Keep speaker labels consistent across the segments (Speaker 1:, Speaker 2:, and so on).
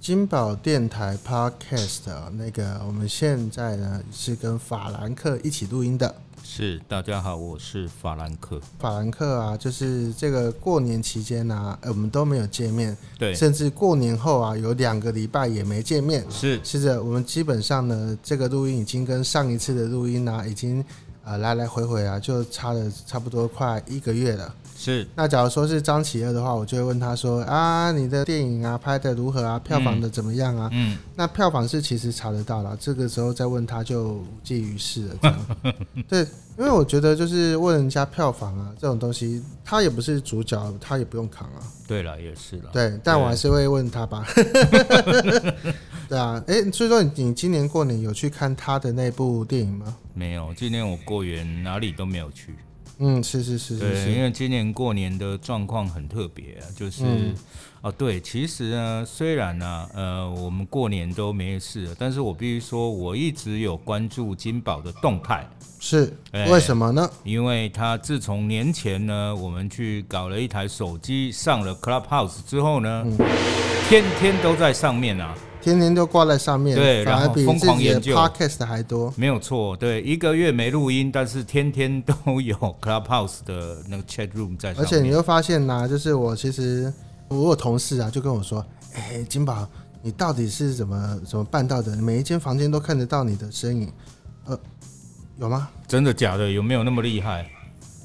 Speaker 1: 金宝电台 Podcast 啊那个我们现在呢是跟法兰克一起录音的。
Speaker 2: 是，大家好，我是法兰克。
Speaker 1: 法兰克啊，就是这个过年期间啊，呃我们都没有见面，
Speaker 2: 对，
Speaker 1: 甚至过年后啊，有两个礼拜也没见面。
Speaker 2: 是
Speaker 1: 是的，我们基本上呢，这个录音已经跟上一次的录音呢、已经呃来来回回啊，就差了差不多快一个月了。
Speaker 2: 是
Speaker 1: 那假如说是张启乐的话，我就会问他说啊，你的电影啊拍的如何啊，票房的怎么样啊？
Speaker 2: 嗯，
Speaker 1: 那票房是其实查得到了，这个时候再问他就无济于事了。这样， 对，因为我觉得就是问人家票房啊这种东西，他也不是主角，他也不用扛啊。
Speaker 2: 对了，也是了。
Speaker 1: 对，但我还是会问他 吧。对啊，哎、所以说你今年过年有去看他的那部电影吗？
Speaker 2: 没有，今年我过年哪里都没有去。
Speaker 1: 嗯，是是是是
Speaker 2: 对，因
Speaker 1: 是，
Speaker 2: 为今年过年的状况很特别、啊，就是、
Speaker 1: 嗯
Speaker 2: 哦，对，其实呢，虽然呢、呃，我们过年都没事了，但是我必须说，我一直有关注金宝的动态。
Speaker 1: 是、
Speaker 2: 哎
Speaker 1: 为什么呢？
Speaker 2: 因为他自从年前呢，我们去搞了一台手机上了 Clubhouse 之后呢，
Speaker 1: 嗯
Speaker 2: 天天都在上面啊，
Speaker 1: 天天都挂在上面，
Speaker 2: 对
Speaker 1: 反而
Speaker 2: 然后
Speaker 1: 比
Speaker 2: 疯
Speaker 1: 自
Speaker 2: 狂
Speaker 1: 己的
Speaker 2: 研究
Speaker 1: podcast 还多。
Speaker 2: 没有错，对，一个月没录音，但是天天都有 Clubhouse 的那个 chat room 在上
Speaker 1: 而
Speaker 2: 面。
Speaker 1: 且你会发现呐、就是我其实我有同事啊，就跟我说，哎、金宝，你到底是怎么怎么办到的？每一间房间都看得到你的身影，呃，有吗？
Speaker 2: 真的假的？有没有那么厉害？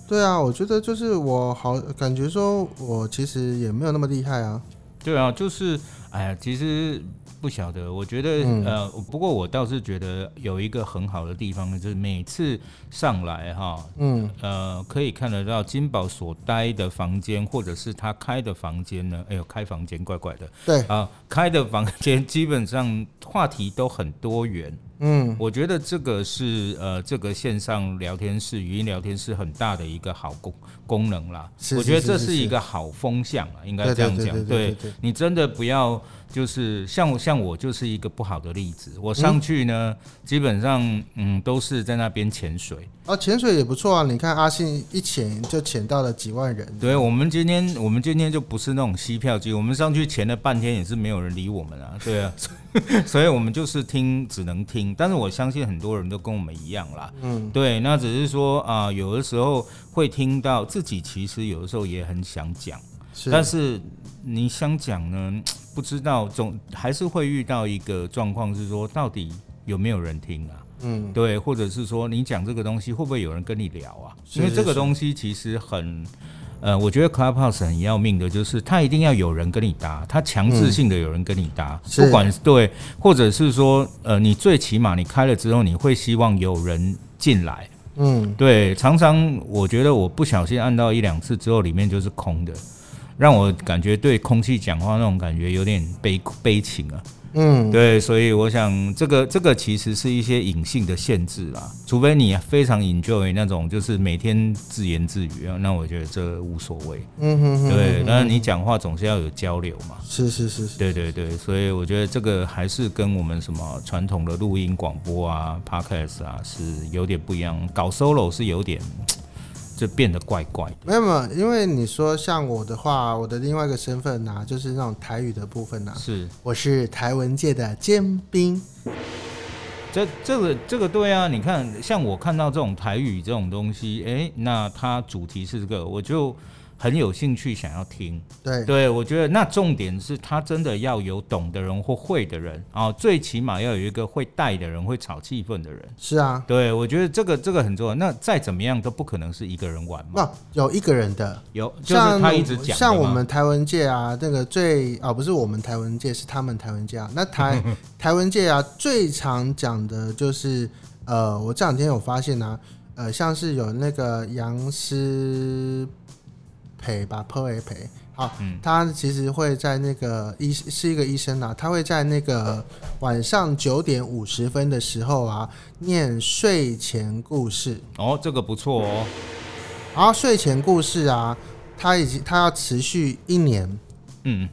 Speaker 1: 对啊，我觉得就是我好感觉说，我其实也没有那么厉害啊。
Speaker 2: 对啊，就是哎呀，其实不晓得。我觉得、
Speaker 1: 嗯
Speaker 2: 呃，不过我倒是觉得有一个很好的地方，就是每次上来哈，
Speaker 1: 嗯，
Speaker 2: 呃，可以看得到金宝所待的房间，或者是他开的房间呢。哎呦，开房间怪怪的
Speaker 1: 对，
Speaker 2: 啊、开的房间基本上话题都很多元。
Speaker 1: 嗯，
Speaker 2: 我觉得这个是呃，这个线上聊天室、语音聊天室很大的一个好功功能啦。
Speaker 1: 是
Speaker 2: 我觉得
Speaker 1: 是
Speaker 2: 这
Speaker 1: 是
Speaker 2: 是
Speaker 1: 是
Speaker 2: 一个好风向啊，应该
Speaker 1: 对
Speaker 2: 这
Speaker 1: 对
Speaker 2: 样
Speaker 1: 对
Speaker 2: 讲
Speaker 1: 对。对对，
Speaker 2: 你真的不要就是像我像我就是一个不好的例子。
Speaker 1: 嗯
Speaker 2: 我上去呢，基本上嗯都是在那边潜水。
Speaker 1: 啊，潜水也不错啊。你看阿信一潜就潜到了几万人，
Speaker 2: 对我们今天我们今天就不是那种吸票机，我们上去潜了半天也是没有人理我们啊。对啊， 所以所以我们就是听只能听，但是我相信很多人都跟我们一样啦。
Speaker 1: 嗯，
Speaker 2: 对，那只是说啊、有的时候会听到自己，其实有的时候也很想讲，
Speaker 1: 是，
Speaker 2: 但是你想讲呢，不知道总还是会遇到一个状况，是说到底有没有人听啊？
Speaker 1: 嗯，
Speaker 2: 对，或者是说你讲这个东西会不会有人跟你聊啊？
Speaker 1: 是
Speaker 2: 因为这
Speaker 1: 是
Speaker 2: 个东西其实很。呃，我觉得 Clubhouse 很要命的，就是它一定要有人跟你搭，它强制性的有人跟你搭，
Speaker 1: 嗯是
Speaker 2: 不管对，或者是说，呃，你最起码你开了之后，你会希望有人进来，
Speaker 1: 嗯，
Speaker 2: 对，常常我觉得我不小心按到一两次之后，里面就是空的，让我感觉对空气讲话那种感觉有点悲悲情啊。
Speaker 1: 嗯，
Speaker 2: 对，所以我想这个这个其实是一些隐性的限制啦，除非你非常 enjoy 那种就是每天自言自语啊，那我觉得这无所谓。
Speaker 1: 嗯哼哼，
Speaker 2: 对，当然你讲话总是要有交流嘛。
Speaker 1: 是是是是，
Speaker 2: 对对对，所以我觉得这个还是跟我们什么传统的录音广播啊、podcast 啊是有点不一样，搞 solo 是有点就变得怪怪的。
Speaker 1: 没有没有，因为你说像我的话，我的另外一个身份呐、就是那种台语的部分呐、
Speaker 2: 是，
Speaker 1: 我是台文界的尖兵，
Speaker 2: 这这个这个对啊，你看，像我看到这种台语这种东西，诶，那它主题是这个，我就很有兴趣想要听。
Speaker 1: 对，
Speaker 2: 对，我觉得那重点是他真的要有懂的人或会的人啊、最起码要有一个会带的人，会炒气氛的人。
Speaker 1: 是啊，
Speaker 2: 对，我觉得这个这个很重要。那再怎么样都不可能是一个人玩嘛。
Speaker 1: 那有一个人的，
Speaker 2: 有，就是
Speaker 1: 像
Speaker 2: 他一直讲的嘛，
Speaker 1: 像我们台文界啊，那个最啊不是我们台文界，是他们台文界啊。那 台台文界啊，最常讲的就是呃，我这两天有发现啊，呃，像是有那个杨思培吧，裴培培，E 好，
Speaker 2: 嗯
Speaker 1: 他其实会在那个医是一个医生啊，他会在那个晚上九点五十分的时候啊，念睡前故事。
Speaker 2: 哦，这个不错哦，
Speaker 1: 然后睡前故事啊，它已经它要持续一年，
Speaker 2: 嗯，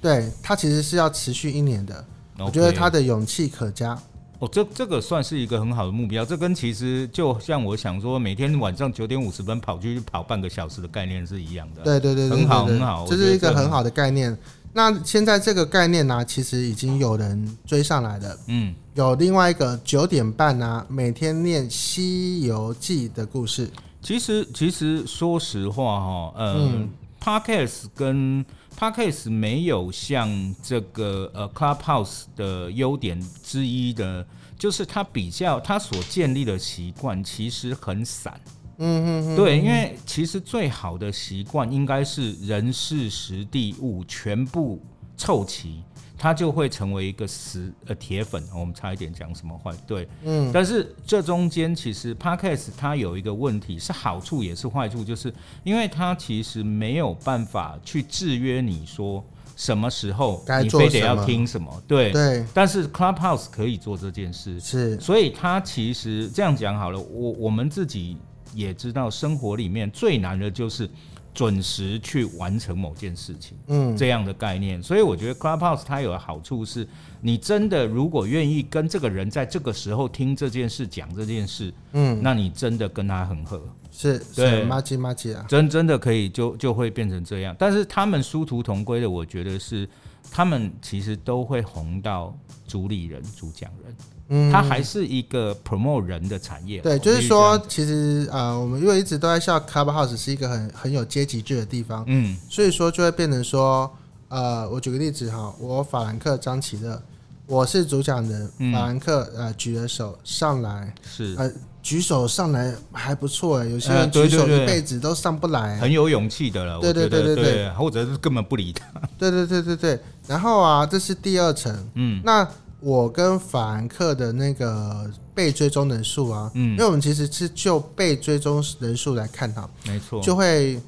Speaker 1: 对，它其实是要持续一年的。我觉得
Speaker 2: 嗯 OK
Speaker 1: 他的勇气可嘉。
Speaker 2: 哦，这这个算是一个很好的目标，这跟其实就像我想说，每天晚上九点五十分跑去跑半个小时的概念是一样的。啊
Speaker 1: 对对对，对
Speaker 2: 很好
Speaker 1: 对对
Speaker 2: 很好
Speaker 1: 这
Speaker 2: 我觉
Speaker 1: 是
Speaker 2: 得
Speaker 1: 一个
Speaker 2: 这
Speaker 1: 很
Speaker 2: 很
Speaker 1: 好的概念。那现在这个概念呢、其实已经有人追上来了。
Speaker 2: 嗯，
Speaker 1: 有另外一个九点半呢、每天念《西游记》的故事。
Speaker 2: 其实其实说实话哈、呃、
Speaker 1: 嗯
Speaker 2: p o d c a s t 跟 p o d c a s t 没有像这个呃 Clubhouse 的优点之一的，就是它比较它所建立的习惯其实很散。
Speaker 1: 嗯嗯嗯，
Speaker 2: 对，因为其实最好的习惯应该是人事时地物全部凑齐，它就会成为一个实呃铁粉。我们差一点讲什么坏？对，
Speaker 1: 嗯，
Speaker 2: 但是这中间其实 podcast 它有一个问题是好处也是坏处，就是因为它其实没有办法去制约你说什么时候
Speaker 1: 该
Speaker 2: 你
Speaker 1: 做
Speaker 2: 非
Speaker 1: 什
Speaker 2: 得要
Speaker 1: 么
Speaker 2: 听什么，对。
Speaker 1: 对，
Speaker 2: 但是 Clubhouse 可以做这件事，
Speaker 1: 是，
Speaker 2: 所以它其实这样讲好了，我我们自己也知道，生活里面最难的就是准时去完成某件事情。
Speaker 1: 嗯，
Speaker 2: 这样的概念，所以我觉得 Clubhouse 它有好处是，你真的如果愿意跟这个人在这个时候听这件事、讲这件事，
Speaker 1: 嗯，
Speaker 2: 那你真的跟他很合，
Speaker 1: 是，是，
Speaker 2: 对
Speaker 1: 麻吉麻吉啊，
Speaker 2: 真真的可以就就会变成这样。但是他们殊途同归的，我觉得是他们其实都会红到主理人、主讲人，
Speaker 1: 嗯，
Speaker 2: 它还是一个 promote 人的产业。
Speaker 1: 对，
Speaker 2: 我
Speaker 1: 就是
Speaker 2: 必须哦这样
Speaker 1: 说，，其实呃，我们因为一直都在笑 Clubhouse 是一个很很有阶级制的地方，
Speaker 2: 嗯
Speaker 1: 所以说就会变成说，呃，我举个例子哈，我法兰克张启乐，我是主讲人，
Speaker 2: 嗯
Speaker 1: 法兰克呃举了手上来，
Speaker 2: 是
Speaker 1: 呃，举手上来还不错欸，有些
Speaker 2: 呃
Speaker 1: 人
Speaker 2: 对
Speaker 1: 举手
Speaker 2: 对
Speaker 1: 一
Speaker 2: 对
Speaker 1: 辈子都上不来欸，
Speaker 2: 很有勇气的了。我
Speaker 1: 对对
Speaker 2: 觉得
Speaker 1: 对对对
Speaker 2: 或者是根本不理他。
Speaker 1: 啊对对对对对，然后啊，这是第二层，
Speaker 2: 嗯
Speaker 1: 那我跟法兰克的那个被追踪人数啊，因
Speaker 2: 嗯
Speaker 1: 为，我们其实是就被追踪人数来看哈，
Speaker 2: 没错，
Speaker 1: 就会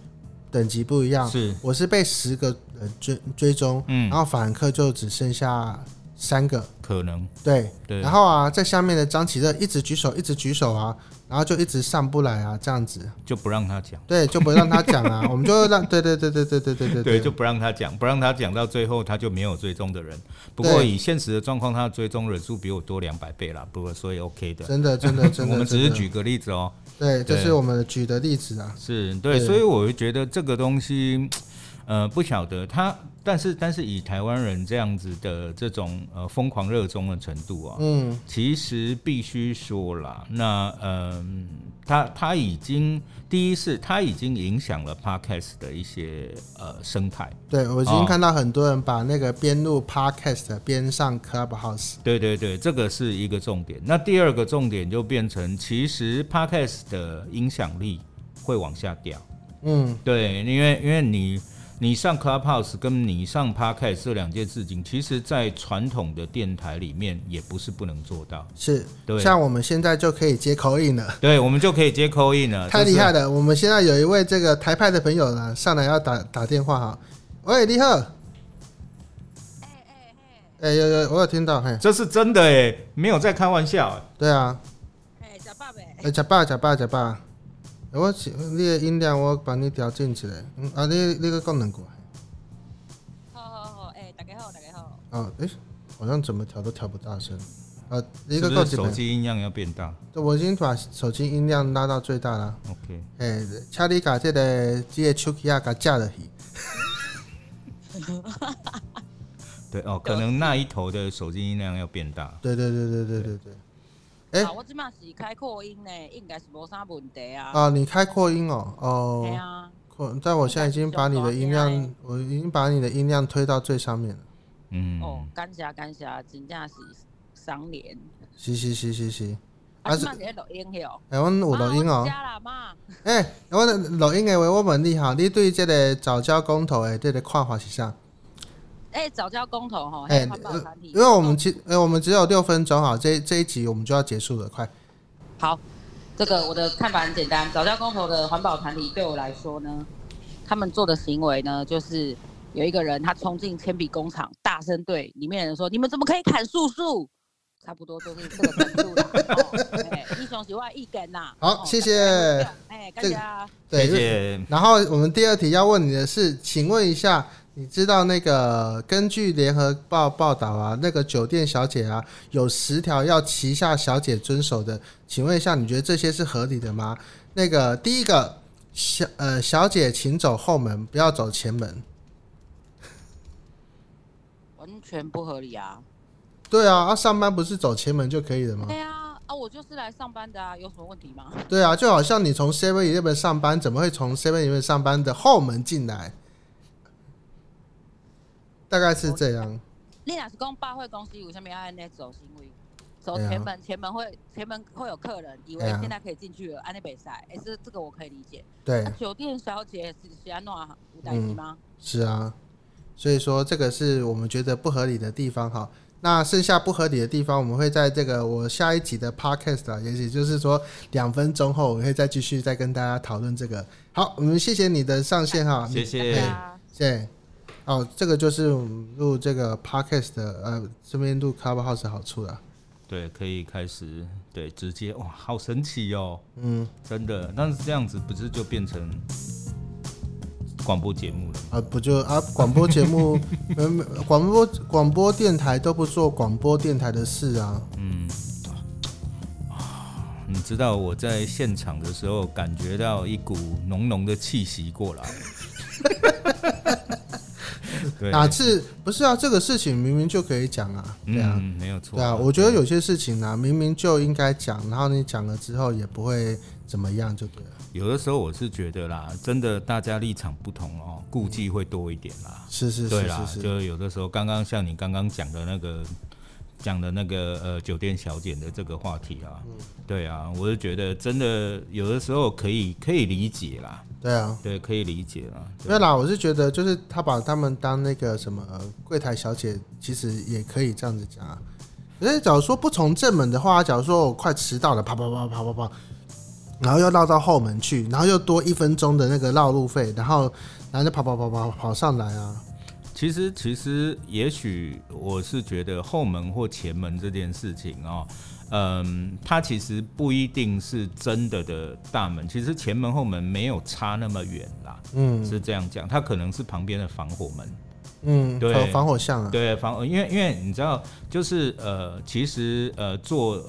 Speaker 1: 等级不一样。
Speaker 2: 是
Speaker 1: 我是被十个人追追踪，
Speaker 2: 嗯
Speaker 1: 然后法兰克就只剩下三个，
Speaker 2: 可能。
Speaker 1: 对。
Speaker 2: 对，
Speaker 1: 然后啊，在下面的张启乐一直举手，一直举手啊，然后就一直上不来啊，这样子，
Speaker 2: 就不让他讲，
Speaker 1: 对，就不让他讲 啊，我们就让，对对对对对对对对
Speaker 2: 对，就不让他讲，不让他讲到最后，他就没有追踪的人。不过
Speaker 1: 对
Speaker 2: 以现实的状况，他的追踪人数比我多两百倍啦，不过所以 OK 的。
Speaker 1: 真的真的真的，
Speaker 2: 我们只是
Speaker 1: 真的
Speaker 2: 举个例子哦，
Speaker 1: 对，这
Speaker 2: 对
Speaker 1: 是我们举的例子啊，
Speaker 2: 是对，
Speaker 1: 对
Speaker 2: 所以我就觉得这个东西，呃，不晓得他，但是但是以台湾人这样子的这种呃疯狂热衷的程度啊，
Speaker 1: 嗯，
Speaker 2: 其实必须说啦，那嗯，他他已经第一是他已经影响了 Podcast 的一些呃生态。
Speaker 1: 对我已经
Speaker 2: 哦
Speaker 1: 看到很多人把那个边录 podcast 边上 clubhouse，
Speaker 2: 对对对，这个是一个重点。那第二个重点就变成，其实 podcast 的影响力会往下掉。
Speaker 1: 嗯，
Speaker 2: 对，因为因为你你上 Clubhouse 跟你上 podcast 这两件事情，其实在传统的电台里面也不是不能做到。
Speaker 1: 是，
Speaker 2: 对
Speaker 1: 像我们现在就可以接口音了。
Speaker 2: 对，我们就可以接 call in 了，
Speaker 1: 太
Speaker 2: 就
Speaker 1: 厉
Speaker 2: 啊是
Speaker 1: 害了！我们现在有一位这个台派的朋友呢，上来要打打电话哈。喂，你好。哎、有有，我有听到，嘿，
Speaker 2: 这是真的哎，没有在开玩笑欸诶。
Speaker 1: 对啊，
Speaker 3: 哎，食饱未？
Speaker 1: 哎、假爸假爸假爸，哎我是你的音量我帮你调整起来，嗯啊，你你个功能过来，
Speaker 3: 好好好，哎，大家好，大家好。
Speaker 1: 哦，哎、好像怎么调都调不大声，啊，你
Speaker 2: 是
Speaker 1: 个
Speaker 2: 不
Speaker 1: 够
Speaker 2: 是
Speaker 1: 几
Speaker 2: 手
Speaker 1: 倍？
Speaker 2: 机音量要变大
Speaker 1: 我已经把手机音量拉到最大了，
Speaker 2: ？OK，
Speaker 1: 哎、请你把这个这个手机啊给架落去，
Speaker 2: 对哦，可能那一头的手机音量要变大。
Speaker 1: 对对对对对对对，哎
Speaker 3: 啊，我即马是开扩音呢，应该是无啥问题啊。
Speaker 1: 啊，你开扩音哦，哦。
Speaker 3: 对啊，
Speaker 1: 扩但我现在已经把你的音
Speaker 3: 我感觉
Speaker 1: 量，我已经把你的音量推到最上面了。
Speaker 2: 嗯，
Speaker 3: 哦，感谢感谢，真正是赏脸。
Speaker 1: 是是是是是，啊
Speaker 3: 啊，即
Speaker 1: 是
Speaker 3: 马是咧录音哟。
Speaker 1: 哎、我有录音
Speaker 3: 妈我
Speaker 1: 哦
Speaker 3: 在。家啦妈，
Speaker 1: 哎、我的录音的话，我问你哈，你对这个早教公投的这个看法是啥？
Speaker 3: 哎，早教公投吼，
Speaker 1: 哎、
Speaker 3: 哎，环保团体。
Speaker 1: 因为我们其哎、我们只有六分钟哈，这这一集我们就要结束了，快。
Speaker 3: 好，这个我的看法很简单，早教公投的环保团体对我来说呢，他们做的行为呢，就是有一个人他冲进铅笔工厂，大声对里面的人说：“你们怎么可以砍树树？”差不多就是这个 程度啦。哦，哎，英雄喜欢一根呐。
Speaker 1: 好
Speaker 3: 哦
Speaker 1: 谢谢。
Speaker 3: 哎，感谢啊。
Speaker 1: 对，
Speaker 2: 谢谢。
Speaker 1: 然后我们第二题要问你的是，请问一下，你知道那个根据联合报报道啊，那个酒店小姐啊，有十条要旗下小姐遵守的，请问一下，你觉得这些是合理的吗？那个第一个小呃小姐，请走后门，不要走前门。
Speaker 3: 完全不合理啊！
Speaker 1: 对啊，啊上班不是走前门就可以了吗？
Speaker 3: 对啊，啊，我就是来上班的啊，有什么问题吗？
Speaker 1: 对啊，就好像你从 Seven Eleven 上班，怎么会从 Seven Eleven 上班的后门进来？大概是这样。
Speaker 3: 你若是讲百货公司有啥物安尼走行为，走
Speaker 1: 对啊
Speaker 3: 前门，前门会前门会有客人，以为
Speaker 1: 对啊
Speaker 3: 现在可以进去了，安尼比赛，哎、这这个我可以理解。
Speaker 1: 对嗯
Speaker 3: 那、，酒店小姐是是安怎样有代志吗？
Speaker 1: 是啊，所以说这个是我们觉得不合理的地方哈。那剩下不合理的地方，我们会在这个我下一集的 podcast 啊，也许就是说两分钟后，我会再继续再跟大家讨论这个。好，我们谢谢你的上线哈，
Speaker 2: 谢
Speaker 3: 对
Speaker 2: 谢。
Speaker 3: 啊，
Speaker 1: 对，哦，这个就是我们录这个 podcast 的呃，这边录 Clubhouse 的好处啦。
Speaker 2: 对，可以开始，对，直接哇，好神奇哦，
Speaker 1: 嗯，
Speaker 2: 真的。但是这样子不是就变成广播节目了？
Speaker 1: 啊不就啊广播节目，嗯，广播广播电台都不做广播电台的事啊。
Speaker 2: 嗯，啊你知道我在现场的时候感觉到一股浓浓的气息过 来。对，
Speaker 1: 哪次不是啊？这个事情明明就可以讲啊，对啊，
Speaker 2: 嗯，没有错。
Speaker 1: 对啊。我觉得有些事情呢、啊，明明就应该讲，然后你讲了之后也不会怎么样，就对了。
Speaker 2: 有的时候我是觉得啦，真的大家立场不同哦，顾忌会多一点啦。
Speaker 1: 是嗯是
Speaker 2: 对
Speaker 1: 是
Speaker 2: 啦，
Speaker 1: 是是，
Speaker 2: 就有的时候刚刚像你刚刚讲的那个讲的那个呃酒店小姐的这个话题啊，
Speaker 1: 嗯
Speaker 2: 对啊，我是觉得真的有的时候可以可以理解啦，
Speaker 1: 对啊。
Speaker 2: 对，可以理解啦。对
Speaker 1: 没有啦，我是觉得就是他把他们当那个什么呃柜台小姐，其实也可以这样子讲啊。可是假如说不从正门的话，假如说我快迟到了，啪啪啪啪啪啪，然后又绕到后门去，然后又多一分钟的那个绕路费，然后然后就跑跑跑跑跑上来啊。
Speaker 2: 其实，其实，也许我是觉得后门或前门这件事情哦，嗯，它其实不一定是真的的大门，其实前门后门没有差那么远啦，
Speaker 1: 嗯
Speaker 2: 是这样讲，它可能是旁边的防火门，
Speaker 1: 嗯，
Speaker 2: 对
Speaker 1: 防防火巷啊。
Speaker 2: 对，防，因为因为你知道，就是呃，其实呃，做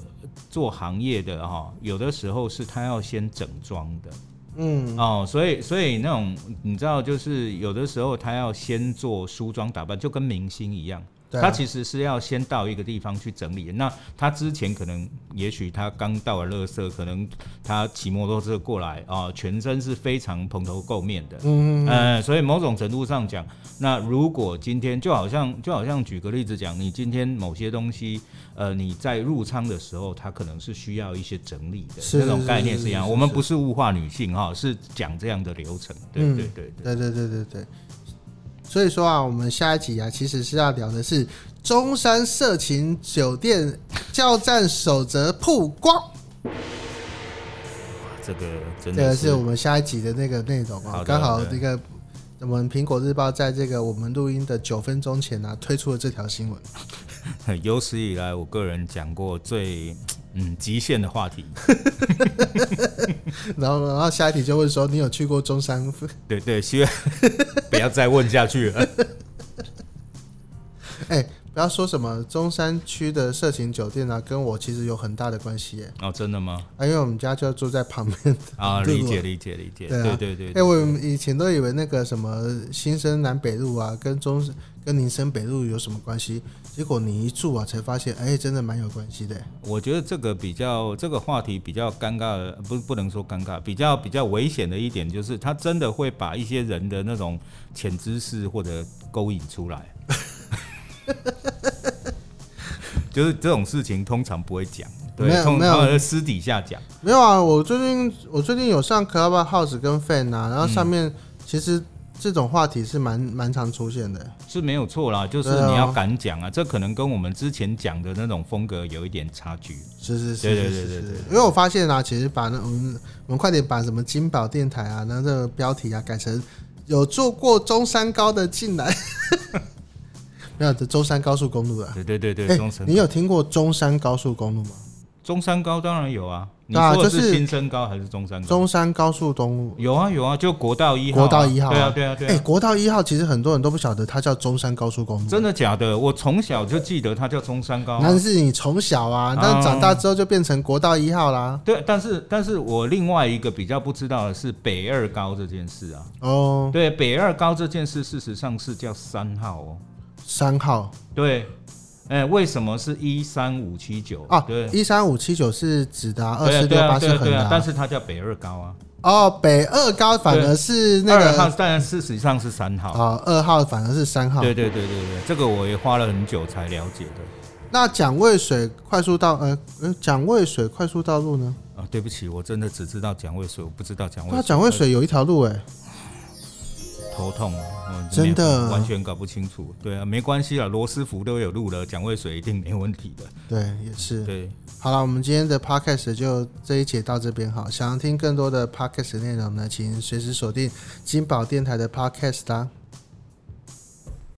Speaker 2: 做行业的哈、有的时候是他要先整装的，
Speaker 1: 嗯
Speaker 2: 哦，所以所以那种你知道，就是有的时候他要先做梳妆打扮，就跟明星一样。
Speaker 1: 对啊
Speaker 2: 他其实是要先到一个地方去整理。那他之前可能，也许他刚到了乐色，可能他骑摩托车过来啊、全身是非常蓬头垢面的。
Speaker 1: 嗯，
Speaker 2: 呃，所以某种程度上讲，那如果今天就好像就好像举个例子讲，你今天某些东西，呃，你在入仓的时候，它可能是需要一些整理的，
Speaker 1: 是
Speaker 2: 那种
Speaker 1: 是
Speaker 2: 概
Speaker 1: 是
Speaker 2: 念
Speaker 1: 是
Speaker 2: 是一样。
Speaker 1: 是
Speaker 2: 我们
Speaker 1: 是
Speaker 2: 不是物化女性哈，是讲这样的流程。对
Speaker 1: 嗯
Speaker 2: 对对对，
Speaker 1: 对对对对对。所以说啊，我们下一集啊，其实是要聊的是中山色情酒店教战守则曝光，
Speaker 2: 哇这个真
Speaker 1: 这
Speaker 2: 的
Speaker 1: 个是我们下一集的那个内容
Speaker 2: 好
Speaker 1: 啊。
Speaker 2: 的
Speaker 1: 刚好
Speaker 2: 好的
Speaker 1: 那个我们苹果日报在这个我们录音的九分钟前啊，推出了这条新闻。
Speaker 2: 有史以来我个人讲过最嗯极限的话题。
Speaker 1: 然后，然后下一题就问说，你有去过中山？
Speaker 2: 对对，希望 不要再问下去了。
Speaker 1: 哎、不要说什么中山区的色情酒店啊，跟我其实有很大的关系耶、
Speaker 2: 哦，真的吗？
Speaker 1: 啊，因为我们家就住在旁边
Speaker 2: 啊，
Speaker 1: 对
Speaker 2: 理
Speaker 1: 我
Speaker 2: 解理解理解，
Speaker 1: 对
Speaker 2: 对
Speaker 1: 啊
Speaker 2: 对对
Speaker 1: 哎、，我以前都以为那个什么新生南北路啊，跟中跟林森北路有什么关系？结果你一住啊，才发现，哎、真的蛮有关系的、
Speaker 2: 我觉得这个比较这个话题比较尴尬的，呃不不能说尴尬，比较比较危险的一点就是，他真的会把一些人的那种潜知识或者勾引出来。 就是这种事情通常不会讲，对
Speaker 1: 没，有
Speaker 2: 通
Speaker 1: 没有
Speaker 2: 常是私底下讲。
Speaker 1: 没有啊，我最近我最近有上 Clubhouse 跟 Fan 啊，然后上面其实这种话题是蛮蛮常出现的、
Speaker 2: 是没有错啦，就是
Speaker 1: 对啊
Speaker 2: 你要敢讲啊，这可能跟我们之前讲的那种风格有一点差距。
Speaker 1: 是是是
Speaker 2: 对对
Speaker 1: 是是
Speaker 2: 对对
Speaker 1: 是
Speaker 2: 对对
Speaker 1: 因为我发现啊，其实把那我们我们快点把什么金宝电台啊，然后这个标题啊改成有做过中山高的进来， 没有，这中山高速公路啊。
Speaker 2: 对对对对，
Speaker 1: 哎
Speaker 2: 中，神
Speaker 1: 你有听过中山高速公路吗？
Speaker 2: 中山高当然有啊，你
Speaker 1: 对啊
Speaker 2: 说的
Speaker 1: 就是
Speaker 2: 是新生高还是中山高？
Speaker 1: 中山高速东路。
Speaker 2: 有啊有啊，就国道一号啊、
Speaker 1: 国道一号啊
Speaker 2: 对啊对啊
Speaker 1: 哎、
Speaker 2: 对啊，
Speaker 1: 国道一号其实很多人都不晓得它叫中山高速公路，
Speaker 2: 真的假的？我从小就记得它叫中山高啊、
Speaker 1: 那是你从小啊，但长大之后就变成国道一号啦。
Speaker 2: 对，但是但是我另外一个比较不知道的是北二高这件事啊。
Speaker 1: 哦，
Speaker 2: 对，北二高这件事事实上是叫三号哦。
Speaker 1: 三号
Speaker 2: 对，哎、为什么是一三五七九
Speaker 1: 啊
Speaker 2: 对，，
Speaker 1: 一三五七九是直达，二
Speaker 2: 对啊
Speaker 1: 四
Speaker 2: 对
Speaker 1: 六
Speaker 2: 啊
Speaker 1: 八
Speaker 2: 对
Speaker 1: 是
Speaker 2: 啊
Speaker 1: 横
Speaker 2: 对啊，但
Speaker 1: 达。
Speaker 2: 是它叫北二高啊。
Speaker 1: 哦，北二高反而是那
Speaker 2: 二号
Speaker 1: 个
Speaker 2: 当然事实上是三号。
Speaker 1: 哦，二号反而是三号。
Speaker 2: 对对对对对，这个我也花了很久才了解的。
Speaker 1: 那蒋渭水快速道，呃，呃蒋渭水快速道路呢？
Speaker 2: 啊，对不起，我真的只知道蒋渭水，我不知道蒋渭
Speaker 1: 哇，
Speaker 2: 水。
Speaker 1: 啊蒋渭水有一条路哎、
Speaker 2: 头痛，嗯
Speaker 1: 真的
Speaker 2: 完全搞不清楚。对啊，没关系啦，罗斯福都有路了，蒋渭水一定没问题的。
Speaker 1: 对，也是。
Speaker 2: 对，
Speaker 1: 好了，我们今天的 podcast 就这一节到这边好。想要听更多的 podcast 内容呢，请随时锁定金宝电台的 podcast 啦。